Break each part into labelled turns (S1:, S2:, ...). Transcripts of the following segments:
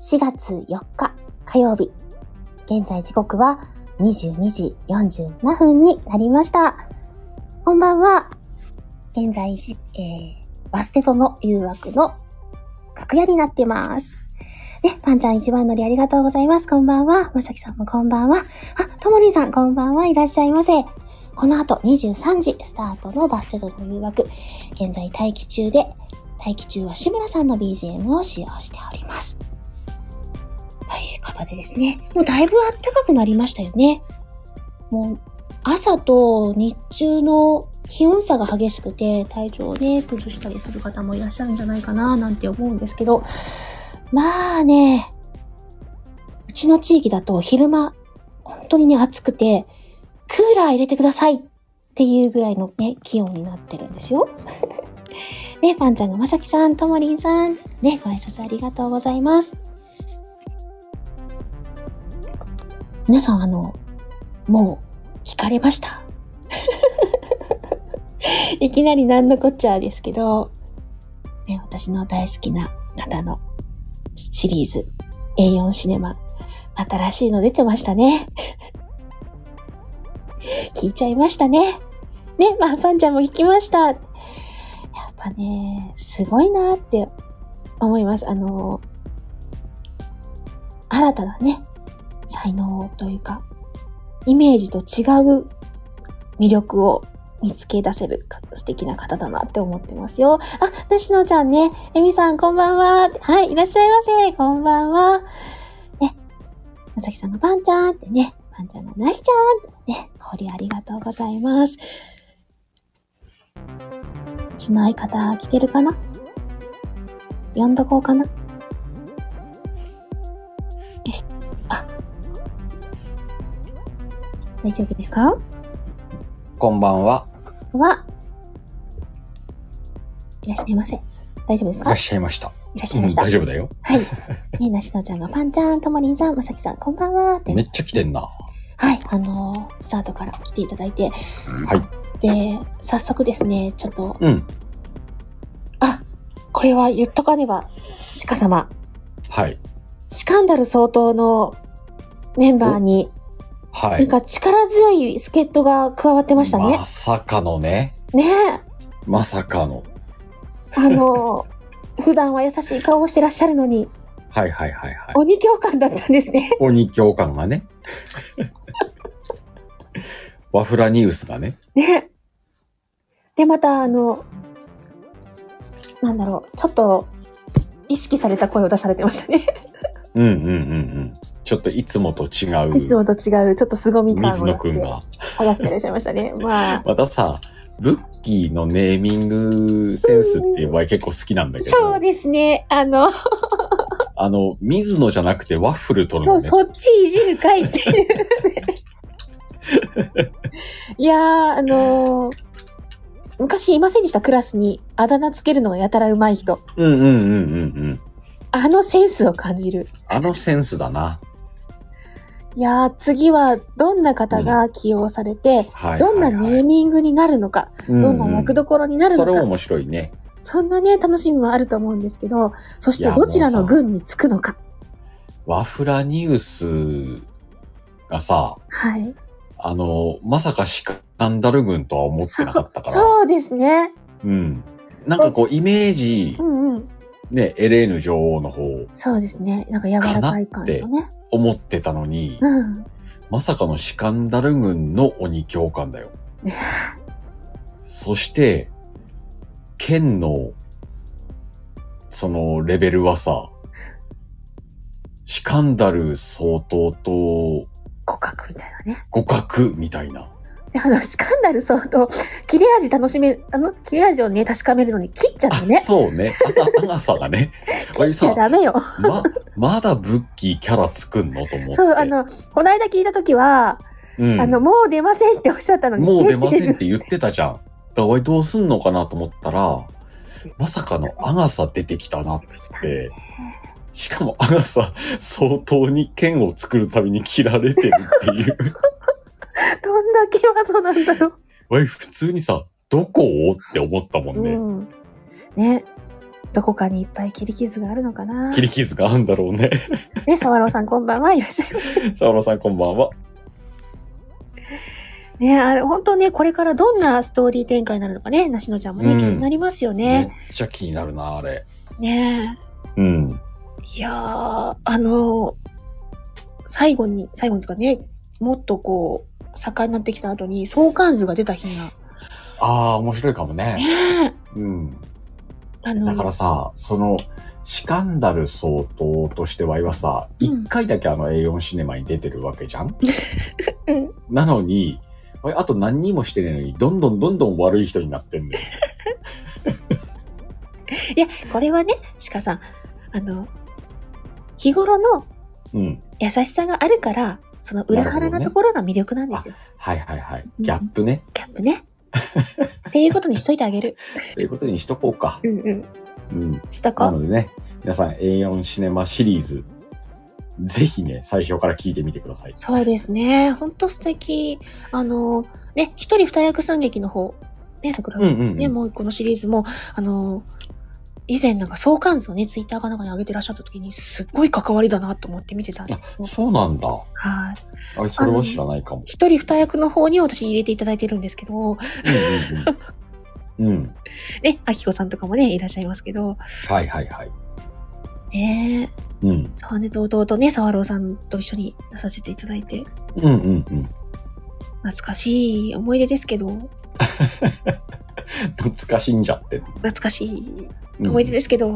S1: 4月4日火曜日。現在時刻は22時47分になりました。こんばんは。現在じ、えー、バステとの誘惑の楽屋になってます。ね、パンちゃん一番乗りありがとうございます。こんばんは。まさきさんもこんばんは。あ、ともりんさんこんばんはいらっしゃいませ。この後23時スタートのバステとの誘惑。現在待機中で、待機中は志村さんの BGM を使用しております。ということでですね、もうだいぶ暖かくなりましたよね。もう朝と日中の気温差が激しくて体調をね、崩したりする方もいらっしゃるんじゃないかななんて思うんですけど、まあね、うちの地域だと昼間、本当にね、暑くて、クーラー入れてくださいっていうぐらいのね、気温になってるんですよ。 ね、パンちゃんがまさきさん、ともりんさん、ね、ご挨拶ありがとうございます。皆さん、あの、もう、聞かれました いきなりなんのこっちゃですけど、ね、私の大好きな方のシリーズ、A4 シネマ、新しいの出てましたね。 聞いちゃいましたね。ね、まあ、パンちゃんも聞きました。やっぱね、すごいなって思います。あの、新たなね、才能というか、イメージと違う魅力を見つけ出せる素敵な方だなって思ってますよ。あ、なしのちゃんね、えみさんこんばんは。はい、いらっしゃいませ。こんばんは。ね、まさきさんがパンちゃんってね、パンちゃんがなしちゃんってね、交流ありがとうございます。うちの相方来てるかな呼んどこうかなよし。あ。大丈夫ですか
S2: こんばんは。
S1: は、いらっしゃいませ。大丈夫です
S2: い
S1: から
S2: っ
S1: い
S2: しゃいました。
S1: らっし
S2: う
S1: ゃい
S2: ん、
S1: ました。
S2: 大丈夫だよ。
S1: はい。ね、なしのちゃんが、パンちゃん、ともりんさん、まさきさん、こんばんはって
S2: め。っちゃ来てんな。
S1: はい。あのースタートから来ていただいて。
S2: はい。
S1: で、早速ですね、ちょっと、
S2: うん。
S1: あ、これは言っとかねば、鹿様、
S2: はい。
S1: シカンダル総統のメンバーに、
S2: は
S1: なん
S2: い。
S1: か力強い助っ人が加わってましたね。
S2: まさかのね。
S1: ねえ。
S2: まさかの。
S1: あの、普段は優しい顔をしてらっしゃるのに、
S2: はいはいはいはい。
S1: 鬼教官だったんですね。
S2: 鬼教官 がね。ワフラニウスがね。
S1: ね。で、また、あの、なんだろう、ちょっと、意識された声を出されてましたね。
S2: うんうんうんうん。ちょっといつもと違
S1: いつ
S2: う
S1: もと違う、ちょっと凄み感を
S2: 水野くんが。
S1: 上がってらっしゃいましたね。 まあ、
S2: またさ、ブッキーのネーミングセンスっていう場合結構好きなんだけ
S1: そう
S2: ど、
S1: ですね。あの、
S2: あの、水野じゃなくてワッフル取る
S1: そ
S2: の
S1: う、そ
S2: ね。
S1: っちいじるかいって いう、ね。いやー、あのー昔いませんでした、クラスに。あだ名つけるのがやたらうまい人。
S2: うんうんうんうんうん。
S1: あのセンスを感じる。
S2: あのセンスだな。
S1: いやー、次はどんな方が起用されて、
S2: はい。
S1: どんなネーミングになるのか、
S2: ど
S1: どんな役どころになる
S2: そ
S1: のか、
S2: れ面白いね。
S1: そんなね、楽しみもあると思うんですけど、そして
S2: いや
S1: どちらの
S2: もうさ
S1: 軍につくのか。
S2: ワフラニウスがさ、
S1: はい。
S2: あの、まさかシカンダル軍とは思ってなかったから。
S1: そうですね。
S2: うん。なんかこう、イメージ
S1: う、んうん。
S2: ね、エレーヌ女王の方、
S1: そうですね。なんか柔らかい感じのね。
S2: 思ってたのに、
S1: うん。
S2: まさかのシカンダル軍の鬼教官だよ。そして、剣の、そのレベルはさ、シカンダル総統と
S1: 骨格みたいなね。
S2: 互角みたいな。
S1: で、あの、シカンダル相当、切れ味楽しめる、あの、切れ味をね、確かめるのに切っちゃってね。
S2: そうね。あ長さが ね。あ
S1: 切っちゃ
S2: さ、
S1: ダメよ。
S2: ま、まだブッキーキャラ作んのと思って。
S1: そう、あの、こないだ聞いたときは、
S2: うん
S1: あの、もう出ませんっておっしゃったのに。
S2: もう出ません
S1: る
S2: って言ってたじゃん。だから、どうすんのかなと思ったら、まさかのアガサ出てきたなってって、しかもアガサ相当に剣を作るために切られてるっていう。
S1: どんだけ謎なんだろう。
S2: おい、普通にさ、どこをって思ったもんね。
S1: うん。ね。どこかにいっぱい切り傷があるのかな
S2: 切り傷があるんだろうね。
S1: ね、沢朗さんこんばんはいらっしゃいます。
S2: 沢野さんこんばんは。
S1: ね、あれ、本当ね、これからどんなストーリー展開になるのかね、なしのちゃんもね、
S2: うん
S1: 気になりますよ
S2: めっ
S1: ね。
S2: ちゃ気になるな、あれ。
S1: ね
S2: うん。
S1: いやー、あの最後に、最後にとかね、もっとこう、盛んになってきた後に相関図が出た日
S2: ああ、面白いかも
S1: が、
S2: ね。
S1: ね
S2: うん。
S1: あの
S2: だからさ、その、シカンダル総統としては今さ、
S1: うん
S2: 一回だけあの A4 シネマに出てるわけじゃん、
S1: うん
S2: なのに、おいあと何にもしてねえのに、どんどんどんどん悪い人になってんだよ。
S1: いや、これはね、鹿さん、あの、日頃の
S2: うん。
S1: 優しさがあるから、その裏腹
S2: なるほど
S1: な
S2: ね
S1: ところが魅力なんですよ。
S2: はいはいはい。
S1: うん
S2: ギャップね。
S1: キャップね。っていうことにしといてあげる。
S2: そういうことにしとこうか
S1: う。んうん。
S2: うん。
S1: しとこ
S2: な
S1: う。
S2: のでね、皆さん A4 シネマシリーズ、ぜひね、最初から聞いてみてください。
S1: そうですね。ほんと素敵。あの、ね、一人二役寸劇の方、ね、桜
S2: うん
S1: ね、
S2: うん、うん。
S1: もう一個のシリーズも、あの、以前なんか相関図をね、ツイッターかなんかに上げてらっしゃった時に、すっごい関わりだなと思って見てたんですよ。
S2: そうなんだ。
S1: はい。
S2: あそれは知らないかも。
S1: 一人二役の方に私入れていただいてるんですけど、
S2: うんうんうん。うん。
S1: ね、あきこさんとかもね、いらっしゃいますけど、
S2: はいはいはい。
S1: ねえ、
S2: うん。
S1: 沢根と弟とね、沢朗さんと一緒に出させていただいて、
S2: うんうんうん。
S1: 懐かしい思い出ですけど、
S2: 懐かしんじゃって。
S1: 懐かしい
S2: うん
S1: 思い出ですけど、
S2: う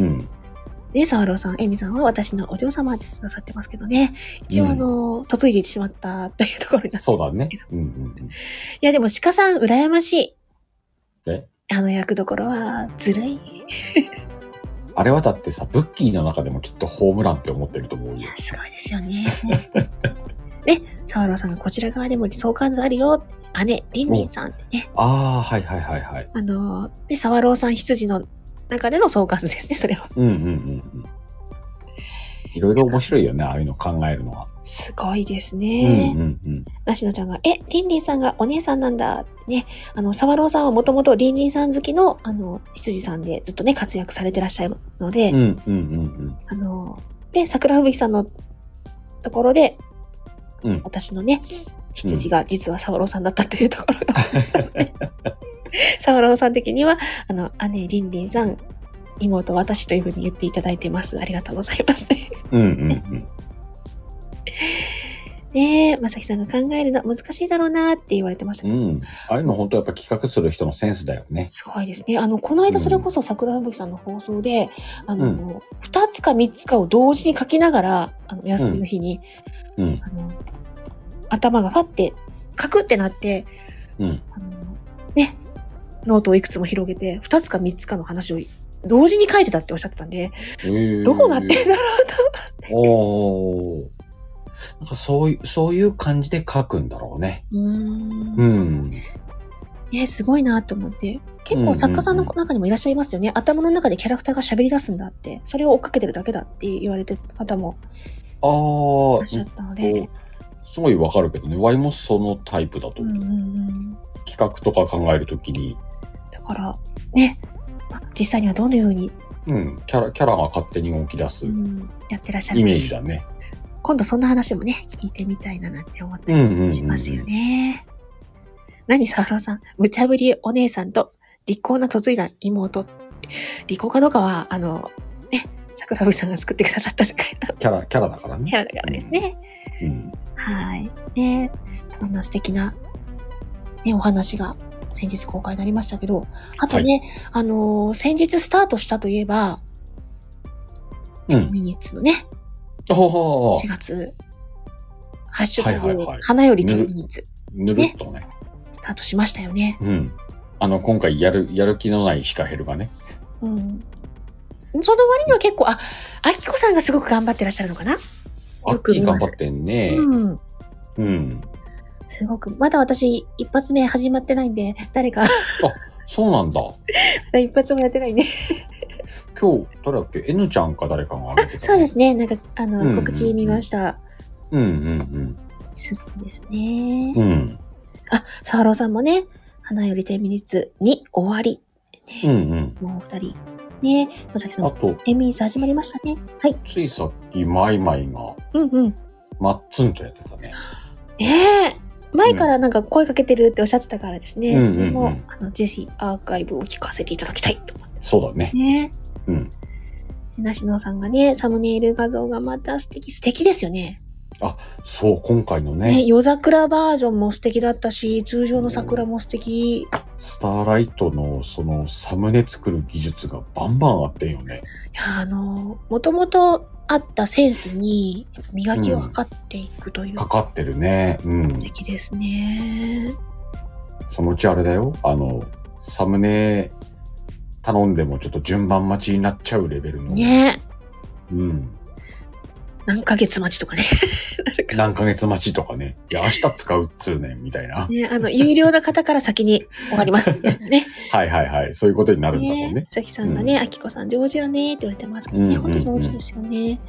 S2: ん。
S1: ね、沢朗さん、エミさんは私のお嬢様ですなさってますけどね、一応
S2: うん
S1: あの、嫁いでしまったというところになって
S2: そうだね。うんうん
S1: いやでも鹿さん、羨ましい。
S2: え
S1: あの役どころは、ずるい。
S2: うん。あれはだってさ、ブッキーの中でもきっとホームランって思ってると思うよ。
S1: すごいですよ ね。ね、沢朗さんがこちら側でも理想感図あるよ。姉、りんりんさんってね。
S2: ああ、はいはいはいはい。
S1: あの、ね、沢朗さん羊の中での相関図ですね、それは。
S2: うんうんうんうん。いろいろ面白いよね、ああいうの考えるのは。
S1: すごいです
S2: うん
S1: ね。
S2: うんうん。
S1: なしのちゃんが、え、りんりんさんがお姉さんなんだ。ね、あの、沢朗さんはもともとりんりんさん好きの、あの、羊さんでずっとね、活躍されてらっしゃるので、
S2: うんうんうん
S1: あの、で、桜吹雪さんのところで、
S2: うん
S1: 私のね、羊が実は沢朗さんだったというところが、 沢朗さん的には、あの、姉、りんりんさん、妹、私というふうに言っていただいてます。ありがとうございます。
S2: うん。うんうんうん。
S1: ねえ、まさきさんが考えるの難しいだろうなって言われてましたけ
S2: う
S1: ど。
S2: ん。ああいうの本当やっぱ企画する人のセンスだよね。
S1: すごいですね。あの、この間それこそ桜吹雪さんの放送で、あ
S2: う
S1: の、二、つか三つかを同時に書きながら、あの、休みの日に、
S2: うん
S1: あの、頭がファって、カクってなって、
S2: うん。
S1: あの、ね、ノートをいくつも広げて、二つか三つかの話を同時に書いてたっておっしゃってたんで、
S2: えー
S1: どうなってんだろうと。
S2: おー。なんかそういう、そういう感じで書くんだろうね。
S1: うー。
S2: うんん。
S1: ね、すごいなって思って。結構作家さんの中にもいらっしゃいますよね。頭の中でキャラクターが喋り出すんだって、それを追っかけてるだけだって言われてる方も
S2: あ
S1: い
S2: あ
S1: らっ、しゃったの
S2: こ
S1: で。
S2: うすごいわかるけどね。ワイもそのタイプだと
S1: うん
S2: 思
S1: う
S2: う。
S1: んうん。
S2: 企画とか考えるときに、
S1: だから、ね、まあ実際にはどのように、
S2: うん、キャラ、キャラが勝手に動き出す
S1: うんやってらっしゃる
S2: イ
S1: のか
S2: メージだね。
S1: 今度そんな話もね、聞いてみたいななんて思った
S2: うんうんうんう
S1: り
S2: ん
S1: しますよね。何、沢朗さん、無茶ぶりお姉さんと、利口な嫁いだ妹。利口かどうかは、あの、ね、桜吹さんが作ってくださった世界の
S2: キャラ、キャラだから
S1: キ
S2: ね。
S1: ャラだからですね。
S2: うん。
S1: はい。ね、こんな素敵な、ね、お話が先日公開になりましたけど、あとね、あのー先日スタートしたといえば、
S2: うん。
S1: ミニッツのね、
S2: お
S1: 4
S2: ー
S1: 月、ハッシュタグ、
S2: はいはいはい
S1: 花より10ミニッツ。
S2: ぬるっとね。
S1: スタートしましたよね。
S2: うん。あの、今回やる、やる気のないシカヘルがね。
S1: うん。その割には結構、あ、あきこさんがすごく頑張ってらっしゃるのかな、
S2: ア
S1: よ
S2: ッ
S1: く
S2: キ
S1: 見ま
S2: ー頑
S1: す
S2: 張ってんね。
S1: うん。
S2: うん。
S1: すごく。まだ私、一発目始まってないんで、誰か、
S2: そうなんだ。
S1: 一発目やってないんで。
S2: 今日、誰だっけ ?N ちゃんか誰かが上げてた。
S1: そうで。すね。なんか、あ
S2: うんうんう
S1: の、
S2: ん
S1: 告知見ました。
S2: うんうん
S1: すごいですね
S2: うん。。うん。
S1: あ、沢朗さんもね、花より10ミニッツに終わり。
S2: うんうん。
S1: もうお二人、ね。まさきさ
S2: あ
S1: ん、
S2: と、
S1: エミーズ始まりましたね。はい。
S2: ついさっき、マイマイが、
S1: うんうん。
S2: マッツンとやってたね。
S1: ねえ。前からなんか声かけてるっておっしゃってたからですね。
S2: うんうんうん
S1: それも、あの、ぜひアーカイブを聞かせていただきたいと思ってま
S2: そうだね
S1: す。ね。
S2: うん。
S1: なしのさんがね、サムネイル画像がまた素敵、素敵ですよね。
S2: そう、今回の
S1: ね、
S2: ね、
S1: 夜桜バージョンも素敵だったし、通常の桜も素敵。
S2: スターライトの、その、サムネ作る技術がバンバンあってんよね。
S1: いや、あの、もともとあったセンスにやっぱ磨きを図っていくという
S2: かかってるね。うん
S1: 素。敵ですね。
S2: そのうちあれだよ。あの、サムネ頼んでもちょっと順番待ちになっちゃうレベルの。
S1: ね
S2: うん。
S1: 何ヶ月待ちとかね。
S2: 何ヶ月待ちとかね。いや、明日使うっつうねん、みたいな。
S1: ねあの、有料な方から先に終わりますみたい なね。
S2: はいはいはい。そういうことになるんだもん
S1: ね
S2: ね。
S1: さきさんがね、あきこさん上手よねって言われてますけどね、
S2: うんう
S1: 本
S2: んうん
S1: 当上手ですよね。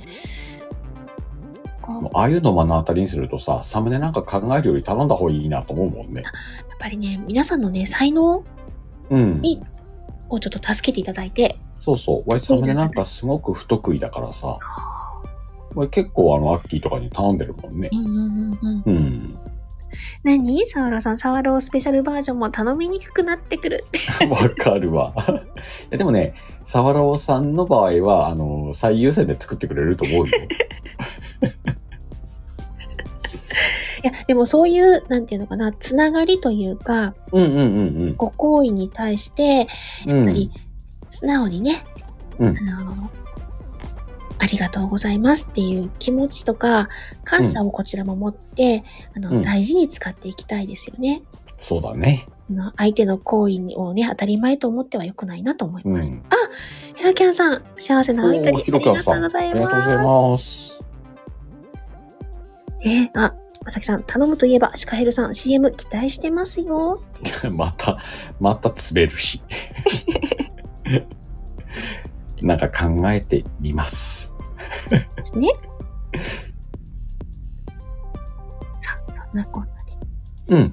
S1: こう
S2: ああいうの目の当たりにするとさ、サムネなんか考えるより頼んだ方がいいなと思うもんね。
S1: やっぱりね、皆さんのね、才能
S2: うん。
S1: いいをちょっと助けていただいて、
S2: そうそう。ワイサムネなんかすごく不得意だからさ。俺結構あの、アッキーとかに頼んでるもんね
S1: う。んうんうんうん。
S2: うん。
S1: 何サワローさん、サワロースペシャルバージョンも頼みにくくなってくるって。
S2: わかるわ。 いやでもね、サワラオさんの場合は、あの、最優先で作ってくれると思うよ。
S1: いや、でもそういう、なんていうのかな、つながりというか、
S2: うんうんうん
S1: ご行為に対して、
S2: うん。
S1: やっ
S2: う
S1: ぱ
S2: ん
S1: り、素直にね、
S2: うん
S1: あの、ありがとうございますっていう気持ちとか、感謝をこちらも持って、あ
S2: う
S1: の、
S2: ん
S1: 大事に使っていきたいですよね。
S2: そうだね。
S1: あの相手の行為をね、当たり前と思っては良くないなと思いうます。
S2: ん。
S1: ひろきゃんさん、幸せなお祈り、
S2: ひ
S1: あ
S2: ろ
S1: り
S2: きゃん
S1: が
S2: さ、
S1: とうんござ
S2: あ
S1: い
S2: りがとうござい
S1: ます。
S2: ます。
S1: えーあ、まさきさん、頼むといえば、シカヘルさん、CM 期待してますよ。
S2: また、また滑るし。 なんか考えてみます。
S1: です ね。さあ、そんなこんなで。
S2: うん。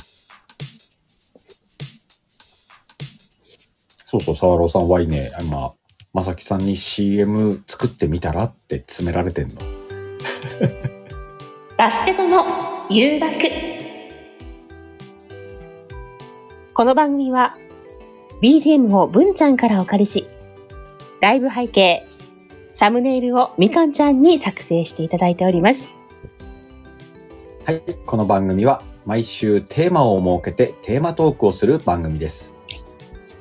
S2: そうそう、サワローさんはいね、今、まさきさんに CM 作ってみたらって詰められてんの。
S1: バステとの誘惑。この番組は BGM を文ちゃんからお借りし、ライブ背景、サムネイルをみかんちゃんに作成していただいております。
S2: はい。この番組は毎週テーマを設けてテーマトークをする番組です。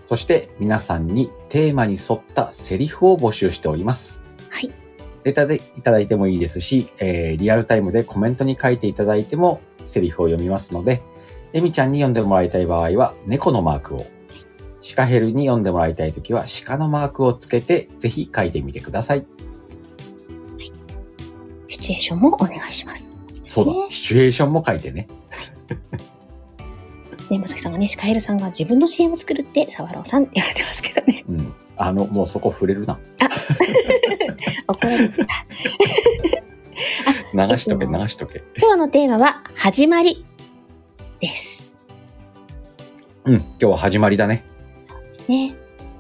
S2: そして皆さんにテーマに沿ったセリフを募集しております。
S1: はい。
S2: レターでいただいてもいいですし、えーリアルタイムでコメントに書いていただいてもセリフを読みますので、エミちゃんに読んでもらいたい場合は猫のマークを、シカヘルに読んでもらいたいときは鹿のマークをつけてぜひ書いてみてください。
S1: シチュエーションもお願いします。
S2: そうだ
S1: ね。
S2: シチュエーションも書いてね。
S1: ね、まさきさんがね、シカエルさんが自分の CM 作るって、サワローさんって言われてますけどね。
S2: うん。あの、もうそこ触れるな。
S1: 怒られてる
S2: 流しとけ、流しとけ。
S1: 今日のテーマは、始まりです。
S2: うん、今日は始まりだね。
S1: ね。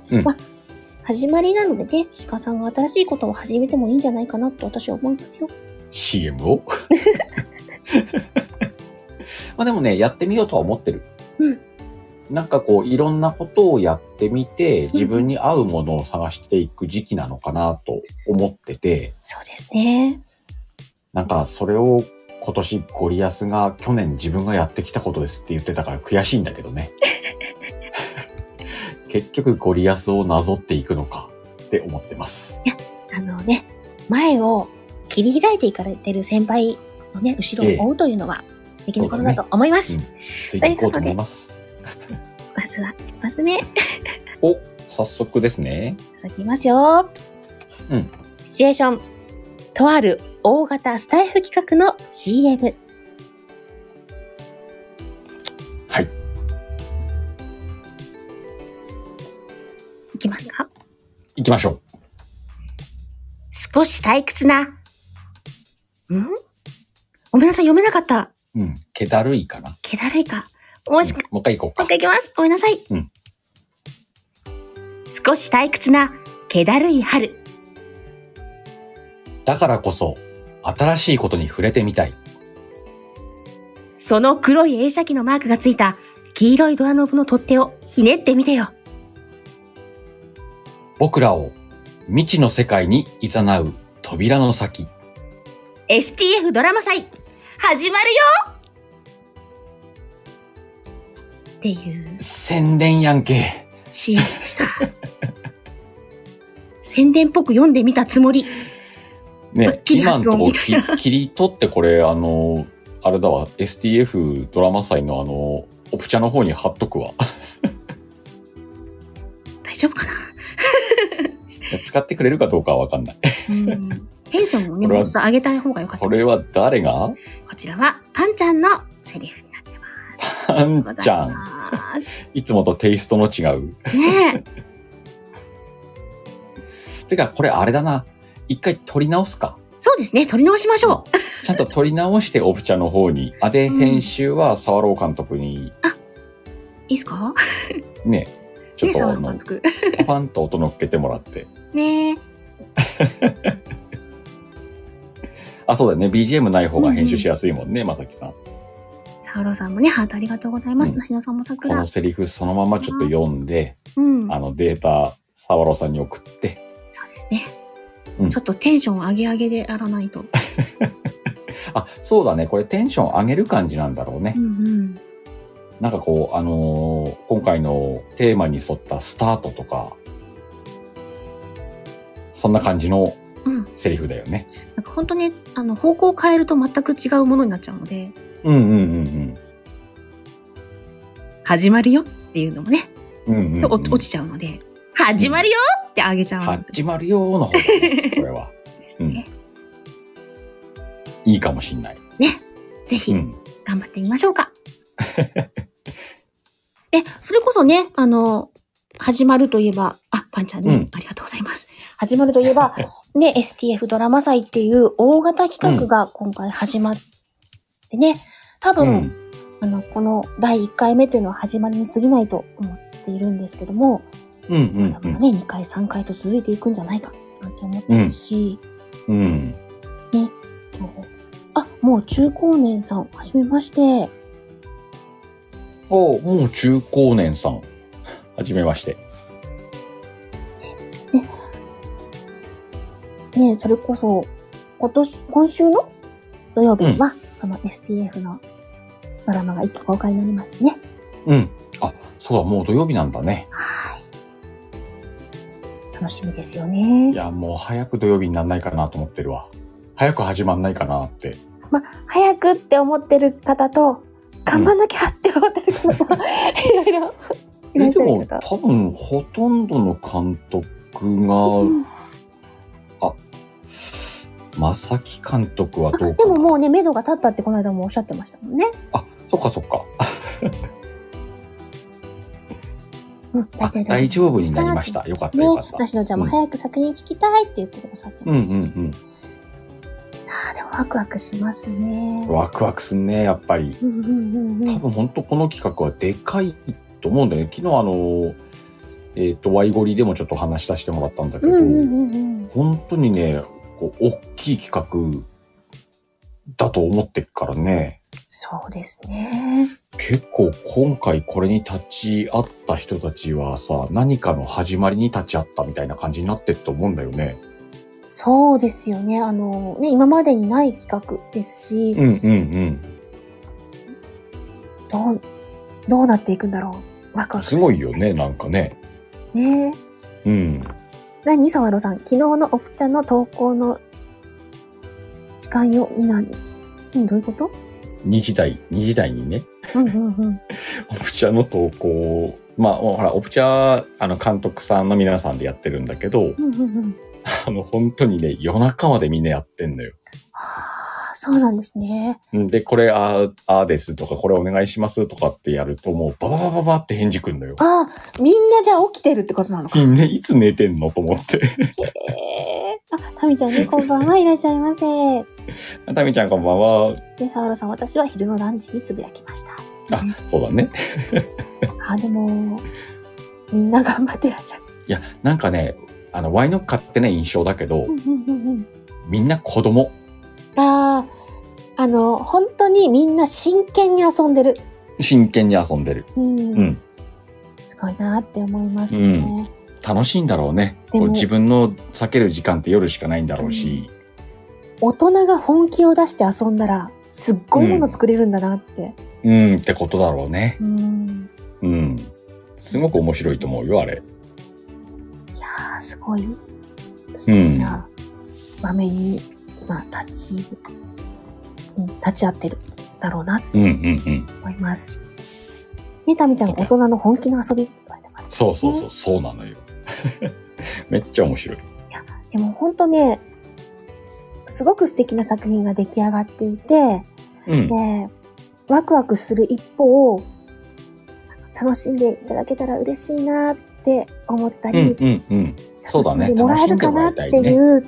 S2: うん
S1: まあ、始まりなのでね、鹿さんが新しいことを始めてもいいんじゃないかなと私は思いますよ。
S2: CM を。 まあでもね、やってみようとは思ってる。
S1: うん
S2: なんかこう、いろんなことをやってみて、自分に合うものを探していく時期なのかなと思ってて、
S1: そうですね。
S2: なんかそれを今年ゴリアスが去年自分がやってきたことですって言ってたから悔しいんだけ どね。結局ゴリアスをなぞっていくのかって思ってます。
S1: あのね、前を切り開いていかれてる先輩のね、後ろを追うというのは素敵なことだと思います。
S2: そうだついていこうと思います。
S1: まずは、一発目、い
S2: お、早速ですね。
S1: ただきますよ。
S2: うん
S1: シチュエーション。とある大型スタイフ企画の CM。
S2: はい。
S1: いきますか
S2: 行きましょ
S1: 少し退屈な。んごめんなさい、読めなかった。
S2: う。うん。気だるいかな。
S1: 気だるいか。もし
S2: う
S1: か
S2: ん、もう一回行こう
S1: もう
S2: か
S1: 一。回いきます。ごめんなさい。
S2: うん
S1: 少し退屈な気だるい春。
S3: だからこそ、新しいことに触れてみたい。
S1: その黒い映写機のマークがついた黄色いドアノブの取っ手をひねってみてよ。
S3: 僕らを未知の世界に誘う扉の先。
S1: STF ドラマ祭、始まるよっていう
S3: 宣伝やんけ。
S1: シーンで した。宣伝っぽく読んでみたつもり。は
S2: ね
S1: っ、きり
S2: 今の
S1: 発
S2: と
S1: 音
S2: こ
S1: みたいな
S2: き切り取ってこれ、あの、あれだわ、STF ドラマ祭のあの、オプチャの方に貼っとくわ。
S1: 大丈夫かな
S2: 使ってくれるかどうかはわかんない。
S1: うんテンションをね、
S2: これ
S1: も
S2: は
S1: うちょっと上げたい方が良かった。
S2: これは誰が
S1: こちらは、パンちゃんのセリフになって
S2: あん
S1: ござい
S2: ちゃん。
S1: ます。
S2: いつもとテイストの違う。
S1: ね
S2: てか、これあれだな。一回取り直すか。
S1: えそうですね、取り直しましょう。
S2: ちゃんと取り直してオプチャの方に。あ、で、
S1: うん
S2: 編集は沢朗監督に、
S1: いいですか
S2: ね、ちょっ
S1: ねえ、
S2: と
S1: 沢
S2: あ
S1: 野監
S2: の、
S1: 督。
S2: パパンと音乗っけてもらって。
S1: ねえ。
S2: あ、そうだね。BGM ない方が編集しやすいもんね、まさきさん。
S1: 沢野さんもね、ハートありがとうございます。
S2: うん
S1: なひのさんも
S2: こ
S1: 桜
S2: の。セリフそのままちょっと読んで、
S1: うん。そ
S2: あ
S1: う
S2: のデータ、沢朗さんに送って、
S1: ですね
S2: うん。
S1: ちょっとテンション上げ上げでやらない と。
S2: あ、そうだね。これテンション上げる感じなんだろうね
S1: う。んうん。
S2: なんかこう、あのー今回のテーマに沿ったスタートとか、そんな感じの
S1: うん。
S2: セリフだよね。
S1: なんか本当ね、あの、方向を変えると全く違うものになっちゃうので、
S2: うんうんうん
S1: 始まるよっていうのもね、
S2: うん。うんうんうん、
S1: お落ちちゃうので、始まるよって上げちゃうので。
S2: 始まるよーの方だねこれ は。うん
S1: ね。
S2: いいかもしんない。
S1: ぜひ
S2: う、ん。
S1: 頑張ってみましょうか。 え、それこそね、あの、始まるといえば、あ、パンちゃんね、
S2: うん
S1: ありがとうございます。始まるといえ ば、ね、STF ドラマ祭っていう大型企画が今回始まってね、多
S2: う
S1: 分、
S2: ん。
S1: あの、この第1回目っていうのは始まりに過ぎないと思っているんですけども、
S2: うんう
S1: ま
S2: ん
S1: だまだね、2回、3回と続いていくんじゃないか、なんて思ってるし、
S2: うん。うん。
S1: あ、もう中高年さん、はじめまして。
S2: おもう中高年さん。はじめまして。
S1: ねそれこそ、今年、今週の土曜日は、その STF のドラマが一挙公開になりますしね。
S2: うん。あ、そうだ、もう土曜日なんだね。
S1: 楽しみですよ
S2: い
S1: ね。
S2: や、もう早く土曜日にならないかなと思ってるわ。早く始まんないかなって。
S1: まあ、早くって思ってる方と、頑張んなきゃって思ってる方と、いろいろいら
S2: え
S1: っし
S2: で
S1: ゃ
S2: も
S1: る方。
S2: 多分ほとんどの監督
S1: う
S2: が、
S1: ん
S2: 正木監督は
S1: あ
S2: どう
S1: で
S2: か
S1: も
S2: な。
S1: もうね、目処が立ったってこの間もおっしゃってましたもんね。
S2: あ、そっかそっか。
S1: うん、
S2: あ大丈夫になりまし。た。よかった
S1: ね
S2: よかっ、た
S1: な。しのちゃんも
S2: うん
S1: 早く作品聞きたいって言ってくださって
S2: うん
S1: ま
S2: う
S1: す。
S2: ん
S1: あーでもワクワクしますね
S2: うん。。ワクワクすんね、やっぱり。
S1: うんうんうんうん
S2: 多分本当この企画はでかいと思うんだよね。昨日あの、えっ、と、ワイゴリでもちょっと話させてもらったんだけ
S1: う
S2: ど、
S1: んうんうんうん。
S2: 本当にね、こう、大きい企画だと思ってっからね、
S1: そうですね。
S2: 結構今回これに立ち会った人たちはさ、何かの始まりに立ち会ったみたいな感じになってると思うんだよね。
S1: そうですよね。あの、ね、今までにない企画ですし、
S2: うんうんうん。
S1: どう、どうなっていくんだろう。ワクワク
S2: すごいよね、なんかね。
S1: ね。
S2: うん。
S1: 何沢野さん、昨日のオプチャの投稿の時間よ、になる。うんどういうこと
S2: 2時台、2時台にね、
S1: うんうんうん。
S2: オプチャの投稿をまあ、ほら、オプチャ、あの、監督さんの皆さんでやってるんだけど、
S1: うんうんうん。
S2: あの、本当にね、夜中までみんなやってんのよ。
S1: はあ、そうなんですね。
S2: うんで、これ、あーあーですとか、これお願いしますとかってやると、もう、バババババって返事くんのよ。
S1: ああ、みんなじゃあ起きてるってことなのか。へ
S2: ね、いつ寝てんのと思って。
S1: え。あ、タミちゃんね、こんばんはいらっしゃいませ。
S2: タミちゃんこんばんは。
S1: で、沢野さん、私は昼のランチにつぶやきました。
S2: あ、そうだね。
S1: あ、でも、みんな頑張ってらっしゃる。
S2: いや、なんかね、あの、ワイの勝手な印象だけど
S1: う、んうんうんうん
S2: みんな子供。
S1: ああ、あの、本当にみんな真剣に遊んでる。
S2: 真剣に遊んでる。
S1: うん。
S2: うん
S1: すごいなって思いますね。
S2: 楽しいんだろうね。
S1: で
S2: こ
S1: も
S2: う自分の避ける時間って夜しかないんだろうし。
S1: 大人が本気を出して遊んだら、すっごいもの作れるんだなって。
S2: うん、ってことだろうね。
S1: うん。
S2: うん。すごく面白いと思うよ、あれ。
S1: いやー、すごい、素敵な場面に今立ち、うん、立ち会ってるだろうなって
S2: うんうんうん。
S1: 思います。ね、タミちゃん、大人の本気の遊びって言われてます。
S2: そうそうそう、そうなのよ。 めっちゃ面白い。
S1: でも本当ね、すごく素敵な作品が出来上がっていて、
S2: うん。
S1: ね、ワクワクする一方を楽しんでいただけたら嬉しいなって思った
S2: うん
S1: り、
S2: うんうん。そうだ
S1: 楽し
S2: ね
S1: んでもらえるかなっていう、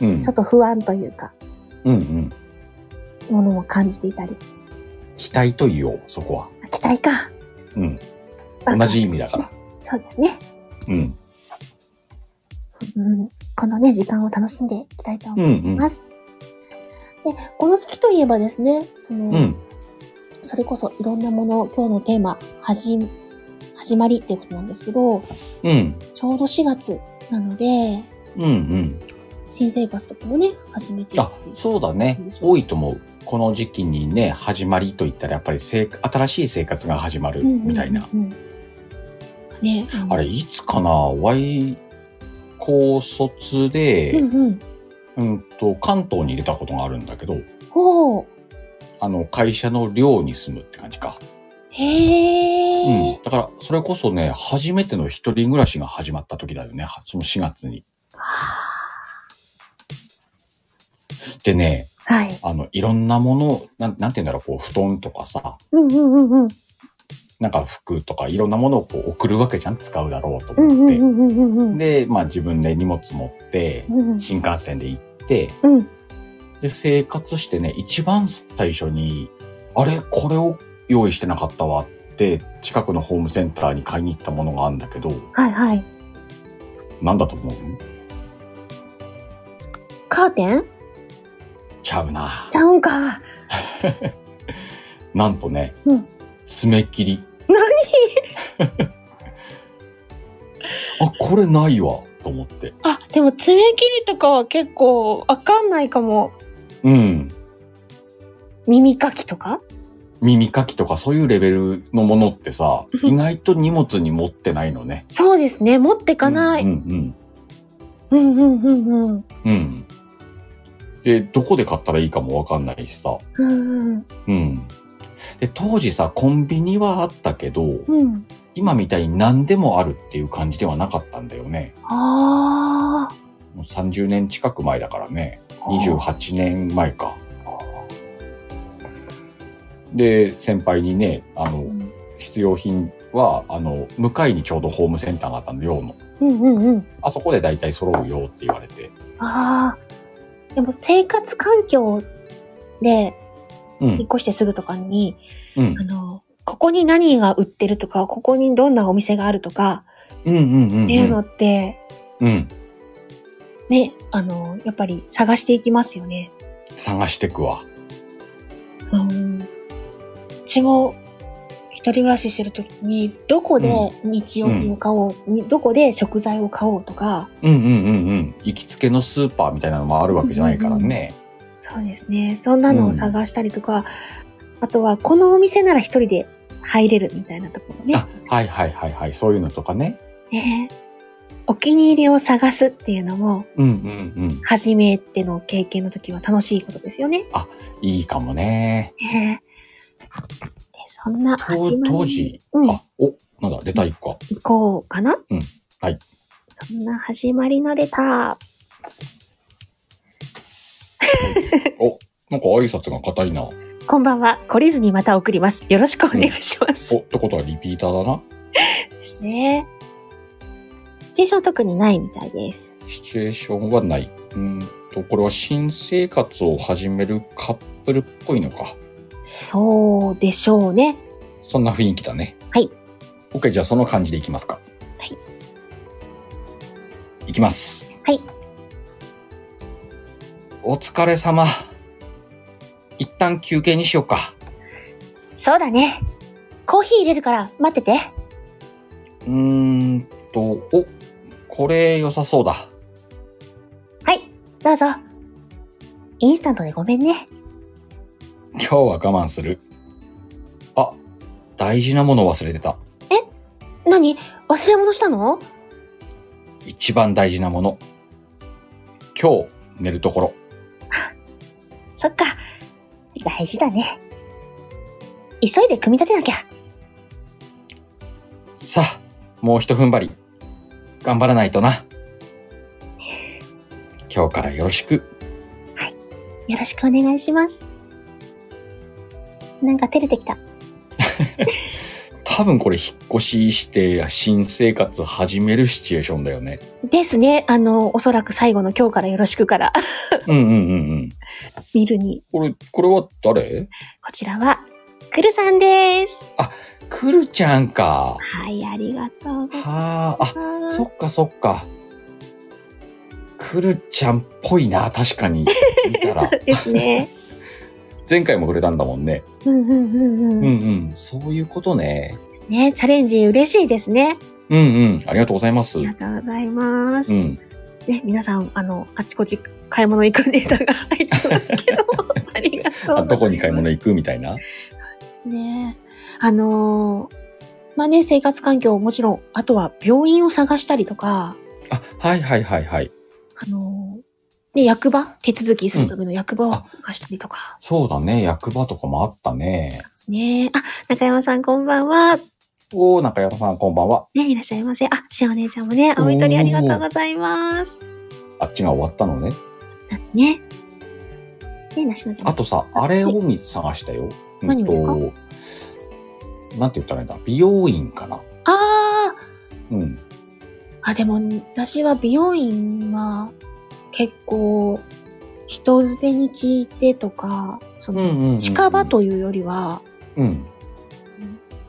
S2: うん
S1: ちょっと不安というか、
S2: うんうん。
S1: ものも感じていたり。
S2: 期待と言おう、そこは。
S1: あ期待か。
S2: うん。
S1: あ
S2: 同じ意味だから。
S1: そうですね。
S2: うん。
S1: うん、このね、時間を楽しんでいきたいと
S2: う
S1: 思い
S2: ん
S1: ます。で、この月といえばですね、その
S2: うん。うん。
S1: それこそいろんなもの、今日のテーマ、はじ、始まりっていうことなんですけど、
S2: うん。
S1: ちょうど4月なので、
S2: うんうん。
S1: 新生活とかもね、始めていく
S2: あ、そうだね。多いと思う。この時期にね、始まりといったらやっぱり生新しい生活が始まる
S1: うんうんうん
S2: みたいな。。
S1: ね。
S2: あれ、いつかな ?Y 高卒
S1: う
S2: で
S1: ん、うん。
S2: うんと、関東に出たことがあるんだけど、
S1: ほう。
S2: あの、会社の寮に住むって感じか。
S1: へえ。
S2: うん。だから、それこそね、初めての一人暮らしが始まった時だよね。はその4月に。でね、
S1: はい。
S2: あの、いろんなもの、なん、なんて言うんだろう、こう、布団とかさ、
S1: うんうんうんうん。
S2: なんか服とかいろんなものをこう送るわけじゃん使うだろうと
S1: うん
S2: 思
S1: う
S2: って。
S1: んうんうんうんうん。
S2: で、まあ自分で荷物持って、
S1: うん
S2: 新幹線で行って、
S1: うん。
S2: で、生活してね、一番最初に、あれこれを用意してなかったわって、近くのホームセンターに買いに行ったものがあるんだけど、
S1: はいはい。
S2: なんだと思う
S1: カーテン
S2: ちゃうな
S1: ち。ゃうんか。
S2: なんとね、
S1: うん
S2: 爪切り。
S1: 何
S2: あ、これないわ、と思って。
S1: あ、でも爪切りとかは結構わかんないかも。
S2: うん。
S1: 耳かきとか
S2: 耳かきとかそういうレベルのものってさ、
S1: うん
S2: 意外と荷物に持ってないのね。
S1: そうですね。持ってかない。
S2: うんうん
S1: うんうんうんうん。
S2: うん。うん。で、どこで買ったらいいかもわかんないしさ。
S1: うんうん
S2: うん。で、当時さ、コンビニはあったけど、
S1: うん。
S2: 今みたいに何でもあるっていう感じではなかったんだよね。
S1: ああ。
S2: もう30年近く前だからね。28年前か。で、先輩にね、あ
S1: う
S2: の、
S1: ん
S2: 必要品は、あの、向かいにちょうどホームセンターがあったの、寮の。
S1: うんうんうん。
S2: あそこで大体揃うよって言われて。
S1: ああ。でも生活環境で
S2: う
S1: 引っ
S2: ん。
S1: 越してすぐとかに、
S2: うん
S1: あ。の、ここに何が売ってるとか、ここにどんなお店があるとか、
S2: うんうんうんうん。
S1: っていうのって、
S2: うん。
S1: ね、あの、やっぱり探していきますよね。
S2: 探してくわ。
S1: うん。うちも、一人暮らししてるときに、どこで日用品を買おう、にどこで食材を買おうとか、
S2: うんうんうんうん。行きつけのスーパーみたいなのもあるわけじゃないからね。
S1: そうですね。そんなのを探したりとか、あとは、このお店なら一人で入れるみたいなところね
S2: あ。、はいはいはいはい。そういうのとかね。
S1: ねお気に入りを探すっていうのも、
S2: うんうんうん。
S1: 初めての経験の時は楽しいことですよね。
S2: いいかもね。
S1: ねでそんな
S2: と
S1: 始まり
S2: 当時、
S1: うん、行
S2: あ、お、なんだ、レター行くか。
S1: こうかな。
S2: うんはい。
S1: そんな始まりのレタ
S2: なんか挨拶が硬いな。お、っ
S1: ー。こんばんは。懲りずにまた送ります。よろしくお願いします。
S2: てことはリピーターだな。
S1: ですね。シチュエーション特にないみたいです。
S2: シチュエーションはない。うーんと、これは新生活を始めるカップルっぽいのか。
S1: そうでしょうね。
S2: そんな雰囲気だね。
S1: はい。
S2: OK、じゃあその感じでいきますか。。
S1: はい
S2: いきます。
S1: はい。
S2: お疲れ様。一旦休憩にしようか。
S1: そうだね。コーヒー入れるから待ってて。
S2: うーんと、お、これ良さそうだ。
S1: はい、どうぞ。インスタントでごめんね。
S2: 今日は我慢する。あ、大事なもの忘れてた。
S1: 何忘れ物したの
S2: 一番大事なもの。今日寝るところ。
S1: そっか。大事だね。急いで組み立てなきゃ。
S2: さあ、もう一踏ん張り。頑張らないとな。今日からよろしく。
S1: よろしくお願いします。なんか照れてきた。
S2: 多分これ引っ越しして新生活始めるシチュエーションだよね。
S1: ですね。あの、おそらく最後の今日からよろしくから。
S2: うんうんうんうん。
S1: 見るに。
S2: これ、これは誰
S1: こちらは、くるさんです。
S2: くるちゃんか。
S1: はい、ありがとうござい
S2: はあ、
S1: ま
S2: あ、
S1: す
S2: そ。っかそっか。くるちゃんっぽいな、確かに。見たら。
S1: ですね。
S2: 前回も触れたんだもんね。
S1: うんうんうん
S2: うん
S1: うん。
S2: うん。そういうことね。
S1: ね、チャレンジ嬉しいですね。
S2: うんうん。ありがとうございます。
S1: あり
S2: う
S1: がとうございます。
S2: ん。
S1: ね、皆さん、あの、あちこち買い物行くデータが入ってますけ ど、ありがとうござい
S2: あ
S1: ます。
S2: どこに買い物行くみたいな。
S1: ねあのーまあね、生活環境もちろん、あとは病院を探したりとか、
S2: あ、はいはいはいはい。
S1: あのーね、役場、手続きするための役場を探したりとか、
S2: そうだね。役場とかもあったね。
S1: ですね。あ、中山さんこんばんは。
S2: おー、中山さんこんばんは。
S1: ね、いらっしゃいませ。あ、しお姉ちゃんもね、青い鳥ありがとうございます。
S2: あっちが終わったのね。
S1: ね。ね、なしのちゃん
S2: あ
S1: も。
S2: とさ、あれを見探したよ。
S1: 何をですか
S2: うんとなんて言ったらいいんだ美容院かな。
S1: あー、
S2: うん。
S1: あ、でも、私は美容院は、結構、人捨てに聞いてとか、その、
S2: ん
S1: 近場。というよりは、
S2: うん。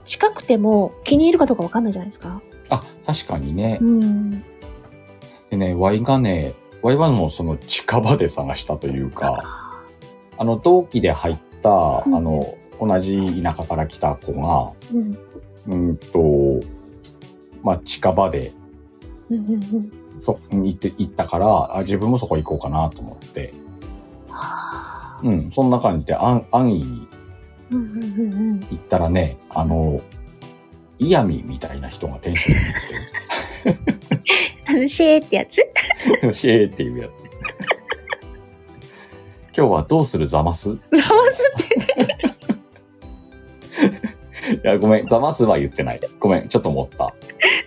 S1: 近くても気に入るかどうかわかんないじゃないですか。
S2: あ、確かにね
S1: う。ん。
S2: でね、ワイがね、ワイはもうその近場で探したというか、あの、同期で入った、あ
S1: うん
S2: の、同じ田舎から来た子が、
S1: うん。
S2: うんと、まあ、近場で、
S1: うんうんうん。
S2: そ、行って、行ったから、あ、自分もそこ行こうかなと思って、
S1: はあ
S2: うん、そんな感じで安、安易に
S1: うんうんうんうん。
S2: 行ったらね、あの、イヤミみたいな人が店主になってる。
S1: 楽しいってやつ
S2: シェーっていうやつ。 今日はどうするザマスい
S1: ざます
S2: や、ごめん、ザマスは言ってない。ごめん、ちょっと思った。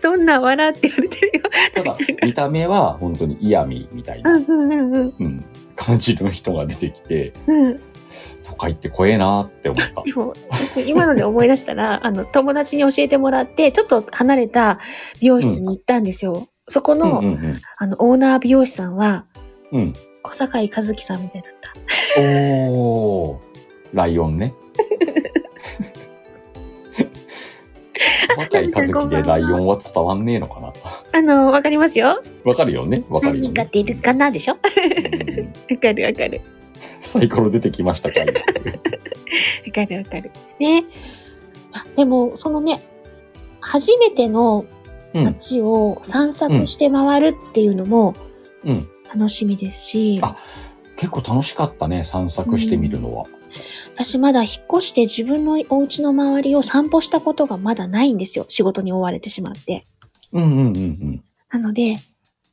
S1: どんな笑って言われてるよ。
S2: ただ、見た目は本当にイヤミみたいうな、
S1: んうんうんうん。
S2: うん、感じの人が出てきて、
S1: うん。
S2: 都会って怖えなって思った
S1: で。も、今ので思い出したら、 あの、友達に教えてもらって、ちょっと離れた美容室に行ったんですよ。そこ
S2: うん
S1: の、
S2: うんうん。
S1: あの、オーナー美容師さんは、
S2: うん。
S1: 小坂井和樹さんみたいだった。
S2: おー、ライオンね。酒井和樹でライオンは伝わんねえのかな。
S1: あの、わかりますよ。
S2: わかるよねわかるよ、ね。
S1: 何かっているかなでしょ わ
S2: うんうん
S1: かるわかる。
S2: サイコロ出てきましたか今
S1: わかるわかる。ね。あでも、そのね、初めての
S2: うん。
S1: 街を散策して回るっていうのも
S2: うん。
S1: 楽しみですし、
S2: あ結構楽しかったね、散策してみるのは。
S1: 私まだ引っ越して自分のお家の周りを散歩したことがまだないんですよ。仕事に追われてしまって。
S2: うんうんうんうん。
S1: なので、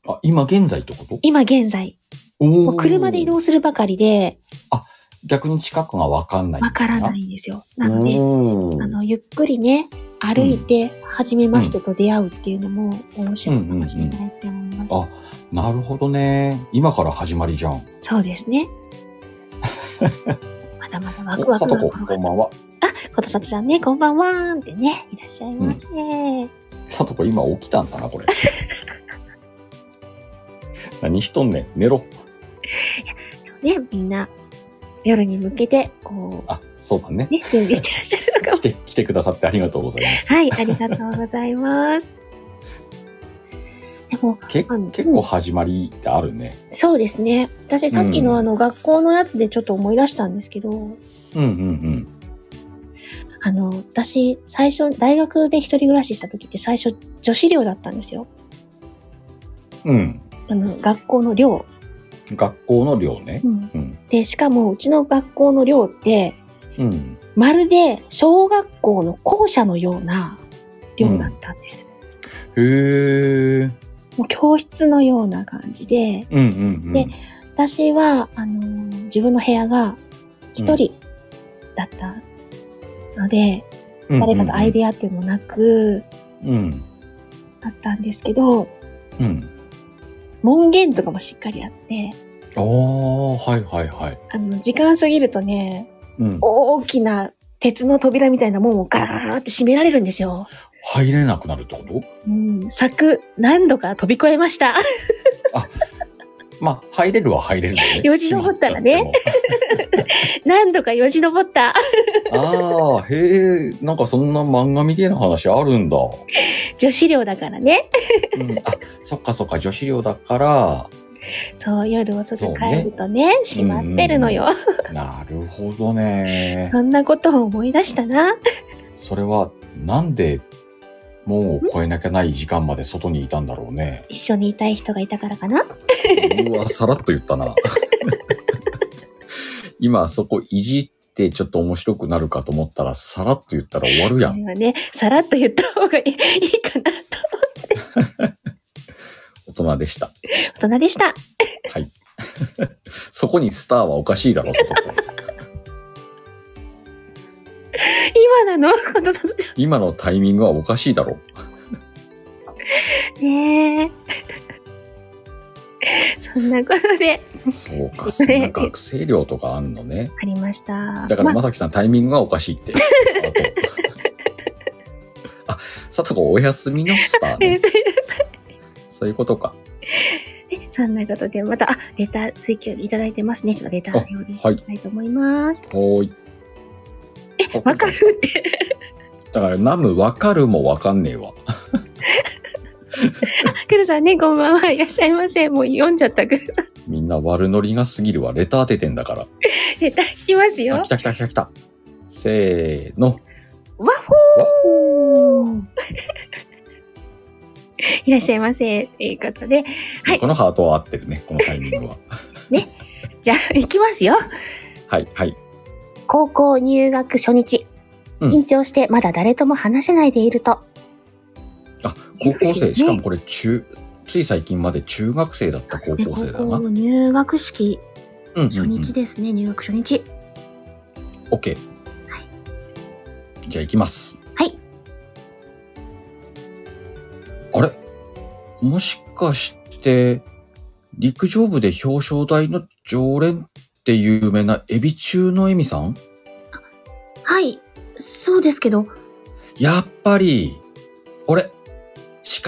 S2: あ、今現在ってこと
S1: 今現在、
S2: お
S1: も
S2: ー
S1: う車で移動するばかりで、
S2: 逆に近くがわかんない。。
S1: わからないいんですよ。なので、
S2: お
S1: あ
S2: ー
S1: の、ゆっくりね、歩いて、初めましてと出会うっていうのも面白いかもしれないって思います。
S2: うんうんうんあなるほどね。今から始まりじゃん。
S1: そうです ね。まだまだワク
S2: お
S1: ワ
S2: さ
S1: ク
S2: と
S1: の
S2: こ、
S1: 頃
S2: こ
S1: が
S2: んばんは。
S1: ことさとちゃんね、こんばんはーんってね、いらっしゃいませ。
S2: さとこ、今起きたんだ な、これ。何しとんねん。寝ろ。
S1: ね、みんな、夜に向けて、こ
S2: あ、そうだね
S1: う、。ね、準備してらっしゃるのか も
S2: 来て、来てくださってありがとうございます。
S1: はい、ありがとうございます。でもも
S2: け
S1: あの
S2: 結構始まりってあるね。
S1: そうですね。私さっき
S2: う
S1: の
S2: ん
S1: あの学校のやつでちょっと思い出したんですけど、
S2: うんうん
S1: あの、私最初大学で一人暮らしした時って最初女子寮だったんですよ。
S2: うん。うん。
S1: あの、学校の寮。
S2: 学校の寮ね。うん。
S1: で、しかもうちの学校の寮って、
S2: うん。
S1: まるで小学校の校舎のような寮だったんです。
S2: へえ。
S1: もう教室のような感じで、
S2: うんうん
S1: で私は、あのー自分の部屋が一人だったので、
S2: うん。
S1: 誰かとアイデアっていうのもなく、
S2: うん。
S1: だったんですけど、
S2: うん。
S1: 門限とかもしっかりあって、
S2: ああ、はいはいはい。
S1: あの、時間過ぎるとね、
S2: うん。
S1: 大きな鉄の扉みたいな門をガラガラガラって閉められるんですよ。
S2: 入れなくなるってこと
S1: うん、柵、何度か飛び越えました。
S2: まあ、入れるは入れるんだね。
S1: よじ登ったらね何度かよじ登った。
S2: 閉まっちゃっても。ああ、へえ、なんかそんな漫画みたいな話あるんだ。
S1: 女子寮だからね。
S2: うん、あ、そっかそっか、女子寮だか
S1: そう、夜遅
S2: そう
S1: く
S2: ね
S1: 帰るとね、閉まってるのよ。
S2: ら。なるほどね。
S1: そんなことを思い出したな。
S2: それは、なんで、門を越えなきゃない時間まで外にいたんだろうね。
S1: 一緒にいたい人がいたからかな。
S2: うわ、さらっと言ったな。 今、そこいじってちょっと面白くなるかと思ったら、さらっと言ったら終わるや
S1: それ
S2: ん。
S1: はね、さらっと言った方がいいいいかなと。
S2: 大人でした。
S1: 大人でした。
S2: はい。そこにスターはおかしいだろ、外と。
S1: 今な のこの里ち
S2: 今のタイミングはおかしいだろ。
S1: ゃんねえ。そんなことで、
S2: そう か、そんな学生寮とかあんのね。
S1: ありました。
S2: だから、
S1: ま
S2: まさきさん、タイミングがおかしいって。あとあ、さとこお休みのスターね。そういうことか。
S1: そんなことで、また、あ、レター追記いただいてますね。ちょっとレター
S2: あ
S1: を表示していきたいと思います。
S2: ほーい。え
S1: わかるって。
S2: だから、ナムわかるもわかんねえわ。
S1: くるさんね、こんばんは。いらっしゃいませ。もう読んじゃったくるさん。
S2: みんな悪ノリが過ぎるわ。レター当ててんだか
S1: レター引きます
S2: ら。あ、
S1: よ
S2: 来。た来た来た来た。せーの。
S1: わっほーいらっしゃいませ。ということで、はい
S2: このハートは合ってるね。このタイミン グは。
S1: じゃあ、行きますよ。
S2: はい、はい。
S1: 高校入学初日。
S2: うん
S1: 緊張してまだ誰とも話せないでいると。
S2: あ、高校生。
S1: ね
S2: しかもこれ中、つい最近まで中学生だった高校生だな。うん
S1: の入学式、
S2: うんうん。
S1: ですね、入学初日。
S2: オッケー。じゃあ行きます。
S1: はい。
S2: あれもしかして、陸上部で表彰台の常連って有名なエビ中のエミさん
S1: はい、そうですけど、
S2: やっぱり、俺、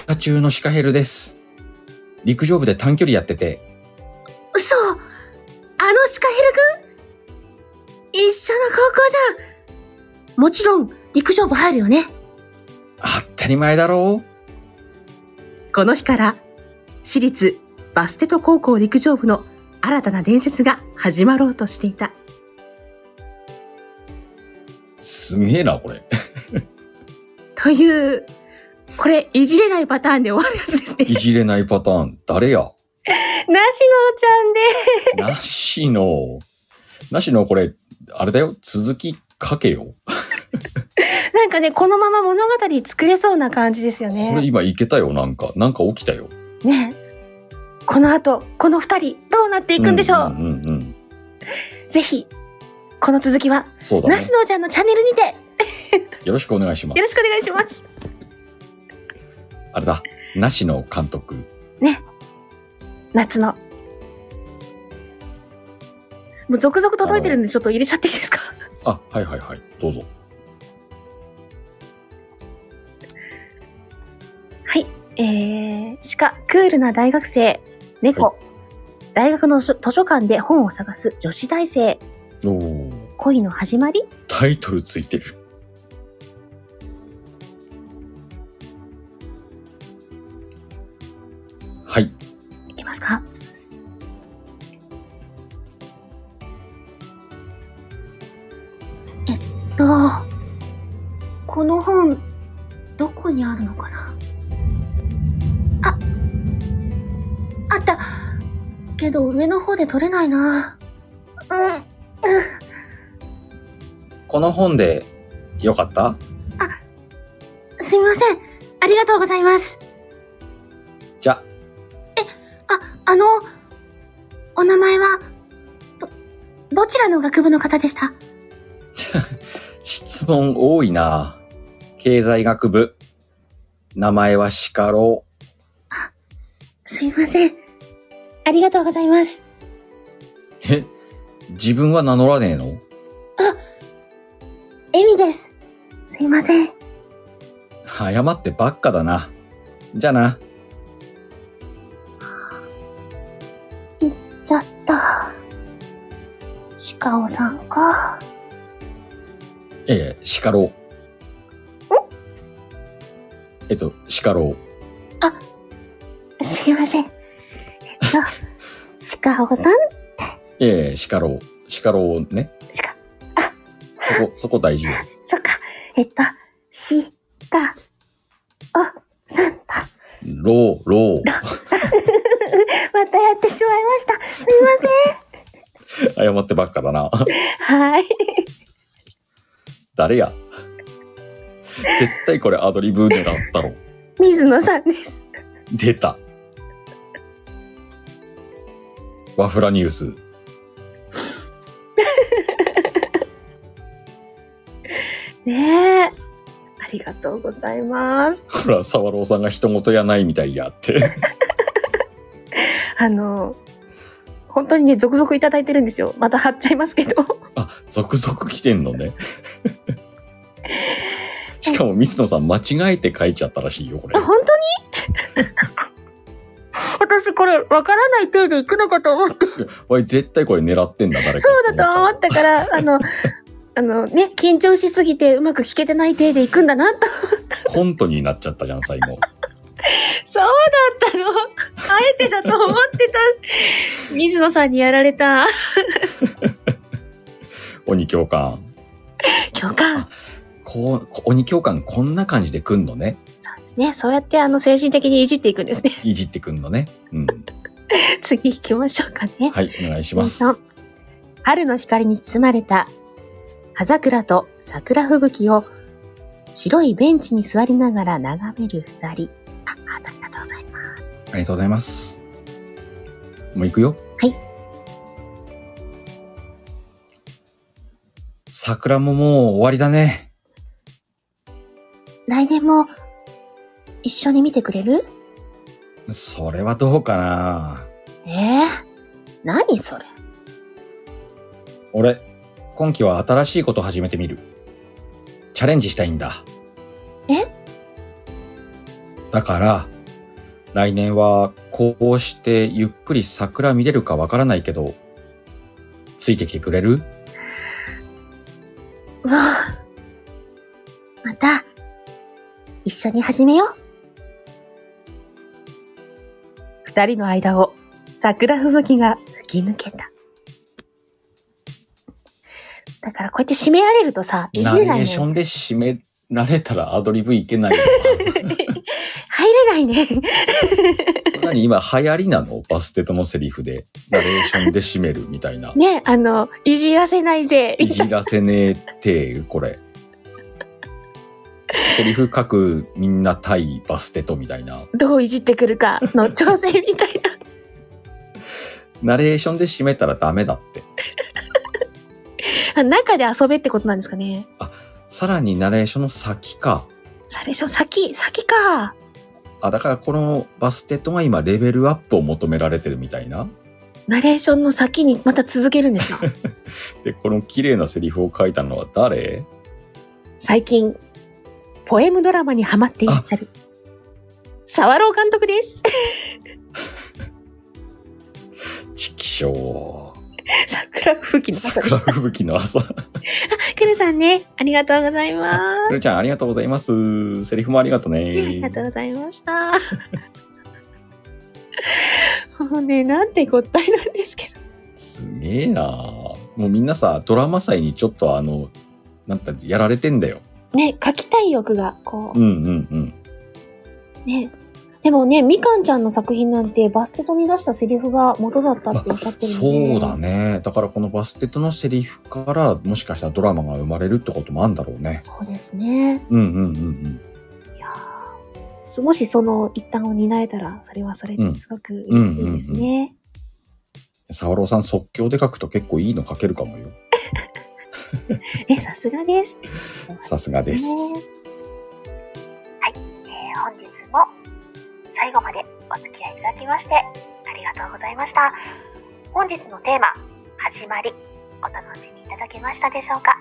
S2: 鹿中の鹿ヘルです。陸上部で短距離やってて、
S1: 嘘あのシカヘルくん一緒の高校じゃんもちろん、陸上部入るよね。
S2: 当たり前だろう
S1: この日から、私立バステト高校陸上部の新たな伝説が始まろうとしていた。
S2: すげえな、 これ。
S1: という、これ、いじれないパターンで終わるやつですね。
S2: いじれないパターン、誰や
S1: なしのちゃんで
S2: なしの、なしのこれ、あれだよ、続き書けよ。
S1: す。なんかね、このまま物語作れそうな感じですよ
S2: これ
S1: ね。
S2: 今いけたよ、なんか。なんか起きたよ。
S1: ね。この後、この二人、どうなっていくんでしょう、
S2: うんうん、うん。
S1: ぜひ、この続きは、
S2: そうだ
S1: な
S2: ね
S1: し。のちゃんのチャンネルにて、よ
S2: よろしくお願いします。
S1: ろしくお願いします。
S2: あれだ。なしの監督。
S1: 夏の。もう続々届いてるんで、ちょっと入れちゃっていいですか
S2: あ、はいはいはい。どうぞ。
S1: はい。えー、鹿、クールな大学生、猫、
S2: は
S1: 大学の図書図書館で本を探す女子大生、
S2: おー
S1: 恋の始まり
S2: タイトルついてる。
S1: た。この本、どこにあるのかなあ、あった。けど上の方で取れないな。うん。
S2: この本でよかった
S1: すみません。ありがとうございます。
S2: じゃ、
S1: あ、あの、お名前は、ど、どちらの学部の方でした
S2: 質問多いな。経済学部。名前はシカロウ。
S1: すいません。ありがとうございます。
S2: え自分は名乗らねえの
S1: エミです。すいません。
S2: 謝ってばっかだな。じゃあな。
S1: ちょっと。シカオさんか。
S2: ええ、シカロウ。えっと、シカロウ。
S1: すいません。えっと、シカオさん
S2: ええ、シカロウ。シカロウね。
S1: シカ、
S2: そこ、そこ大事よ。
S1: そっか。えっと、シカオさんと。
S2: ロウ、ロウ。
S1: またやってしまいました。すいません。
S2: 謝ってばっかだな。
S1: はい。
S2: 誰や絶対これアドリブ狙ったろ。
S1: 水野さんです。
S2: 出た。ワフラニウス。
S1: ねえ。ありがとうございます。
S2: ほら、沢朗さんが人事やないみたい やって。
S1: あの、本当にね、続々いただいてるんですよ。また貼っちゃいますけど。
S2: あ、続々来てん のね。しかも、水野さん間違えて書いちゃったらしいよ、これ
S1: あ、。本当に 私これ、わからない程度行くのかと思って、
S2: おい、絶対これ狙ってんだ、誰か。
S1: そうだと思ったから、あ の、あのね、緊張しすぎてうまく聞けてない程度行くんだなと。
S2: コントになっちゃったじゃん、最後。
S1: そうだったのあえてだと思ってた。水野さんにやられた。
S2: 鬼教官。
S1: 共感。
S2: こう、鬼教官こんな感じで来んのね。
S1: ね、そうやってあの、精神的にいじっていくんですね。
S2: いじってくんのね。うん。
S1: 次行きましょうかね。
S2: はい、お願いします。
S1: 春の光に包まれた葉桜と桜吹雪を白いベンチに座りながら眺める二人。あ、ありがとうございます。
S2: ありがとうございます。もう行くよ。
S1: はい。
S2: 桜ももう終わりだね。
S1: 来年も一緒に見てくれる
S2: それはどうかな。
S1: ええ何それ
S2: 俺、今季は新しいこと始めてみる。チャレンジしたいんだ。
S1: え
S2: だから、来年はこうしてゆっくり桜見れるかわからないけど、ついてきてくれる
S1: うわあまた、一緒に始めよう。二人の間を桜吹雪が吹き抜けた。だからこうやって締められるとさ、い
S2: ナ
S1: じれ
S2: レ
S1: ない
S2: ー
S1: ね。
S2: ショ
S1: 入
S2: ンで締められたらアドリブいけないよ
S1: れないね。。
S2: な。何今流行りなのバステとのセリフで。ナレーションで締めるみたいな
S1: ね、あの、いじらせないぜ。
S2: いじらせねえって、これ。セリフ書くみんな対バステとみたいな。
S1: どういじってくるかの挑戦みたいな。
S2: ナレーションで締めたらダメだって。
S1: あ 中で遊べってことなんですかね。
S2: さらにナレーションの先か。
S1: ナレーション先、先か。
S2: あ、だからこのバステとが今レベルアップを求められてるみたいな。
S1: ナレーションの先にまた続けるんですよ。
S2: で、この綺麗なセリフを書いたのは誰
S1: 最近、ポエムドラマにハマっていらっしゃる、沢朗監督です。
S2: チキショー。
S1: 桜吹雪の方です。
S2: 桜吹雪の朝。
S1: くるさんね、ありがとうございます。
S2: ゆるちゃん、ありがとうございます。セリフもありがとう
S1: ありがとう
S2: ね。
S1: ございました。 もうね、なんてごったいなんですけど。
S2: すげえなもうみんなさ、ドラマ祭にちょっとあの、なんかやられてんだよ。
S1: ね、書きたい欲が、こ
S2: うんうんう
S1: う、
S2: ん。
S1: ね。でもね、みかんちゃんの作品なんて、バステトに出したセリフが元だったっておっしゃってるんで、
S2: そうだね。だからこのバステットのセリフから、もしかしたらドラマが生まれるってこともあるんだろうね。
S1: そうですね。
S2: うんうんうん
S1: いやーもしその一端を担えたら、それはそれですごく嬉しいですね。
S2: うんうん。サワローさん即興で書くと結構いいの書けるかもよ。
S1: え、さすがです。
S2: さすがです。
S1: はい、えー本日も最後までお付き合いいただきましてありがとうございました。本日のテーマ、始まり、お楽しみいただけましたでしょうか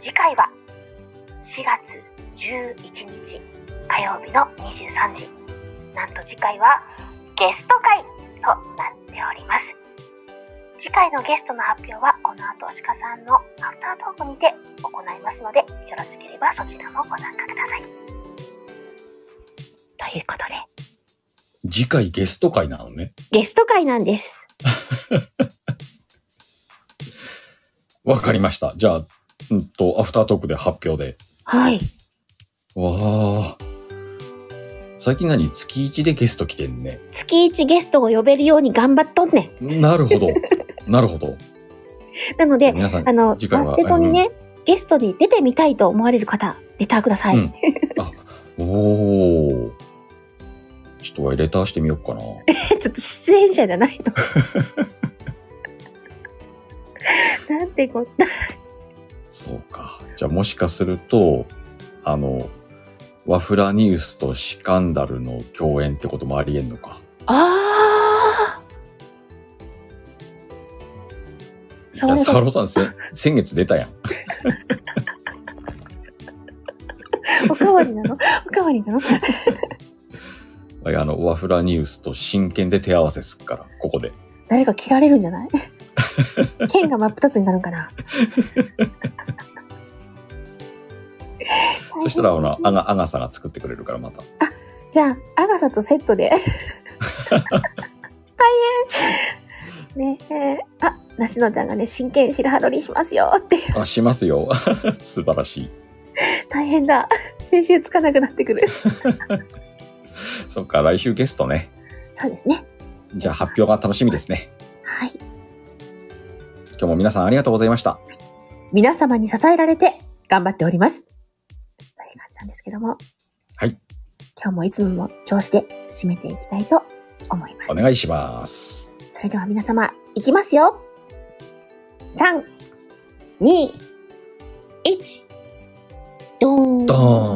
S1: 次回は4月11日火曜日の23時。なんと次回はゲスト会となっております。次回のゲストの発表はこの後鹿さんのアフタートークにて行いますのでよろしければそちらもご参加くださいということで
S2: 次回ゲスト会なのね。
S1: ゲスト会なんです
S2: わかりました。じゃあ、うんと、アフタートークで発表で。
S1: はい
S2: わあ。最近何月1でゲスト来てんね。
S1: 月一ゲストを呼べるように頑張っとんねん
S2: な るほど。なるほど。
S1: なので
S2: 皆さん
S1: あ、の
S2: 次回
S1: バ
S2: は
S1: ステトにね、ゲストに出てみたいと思われる方レターください、
S2: うん。あ、おー。ちょっとはレターしてみよう かな。
S1: ちょっと出演者じゃない のなんてこった
S2: そうか。じゃあもしかすると、あの、ワフラニウスとシカンダルの共演ってこともありえんのか。
S1: あ
S2: い
S1: そうだ
S2: や、サロさん、せ先月出たやん。
S1: ーおかわりなのおかわりなの
S2: はいあの、ワフラニウスと真剣で手合わせすっから、ここで。
S1: 誰か切られるんじゃない 剣が真っ二つになるんかな
S2: そしたら、あの、アガ、アガサが作ってくれるから、また。
S1: じゃあアガサとセット で大変ねえあ梨乃ちゃんがね真剣白羽取りしますよっていう
S2: あ、しますよ。 素晴らしい。
S1: 大変だ収集つかなくなってくる
S2: そっか、来週ゲストね。
S1: そうですね
S2: じゃあ発表が楽しみですね。
S1: はい
S2: 今日も皆さんありがとうございました。
S1: 皆様に支えられて頑張っております。という感じなんですけども。
S2: はい。
S1: 今日もいつもの調子で締めていきたいと思います
S2: お。願いします。
S1: それでは皆様、いきますよ !3、2、1、ドーン
S2: ドーン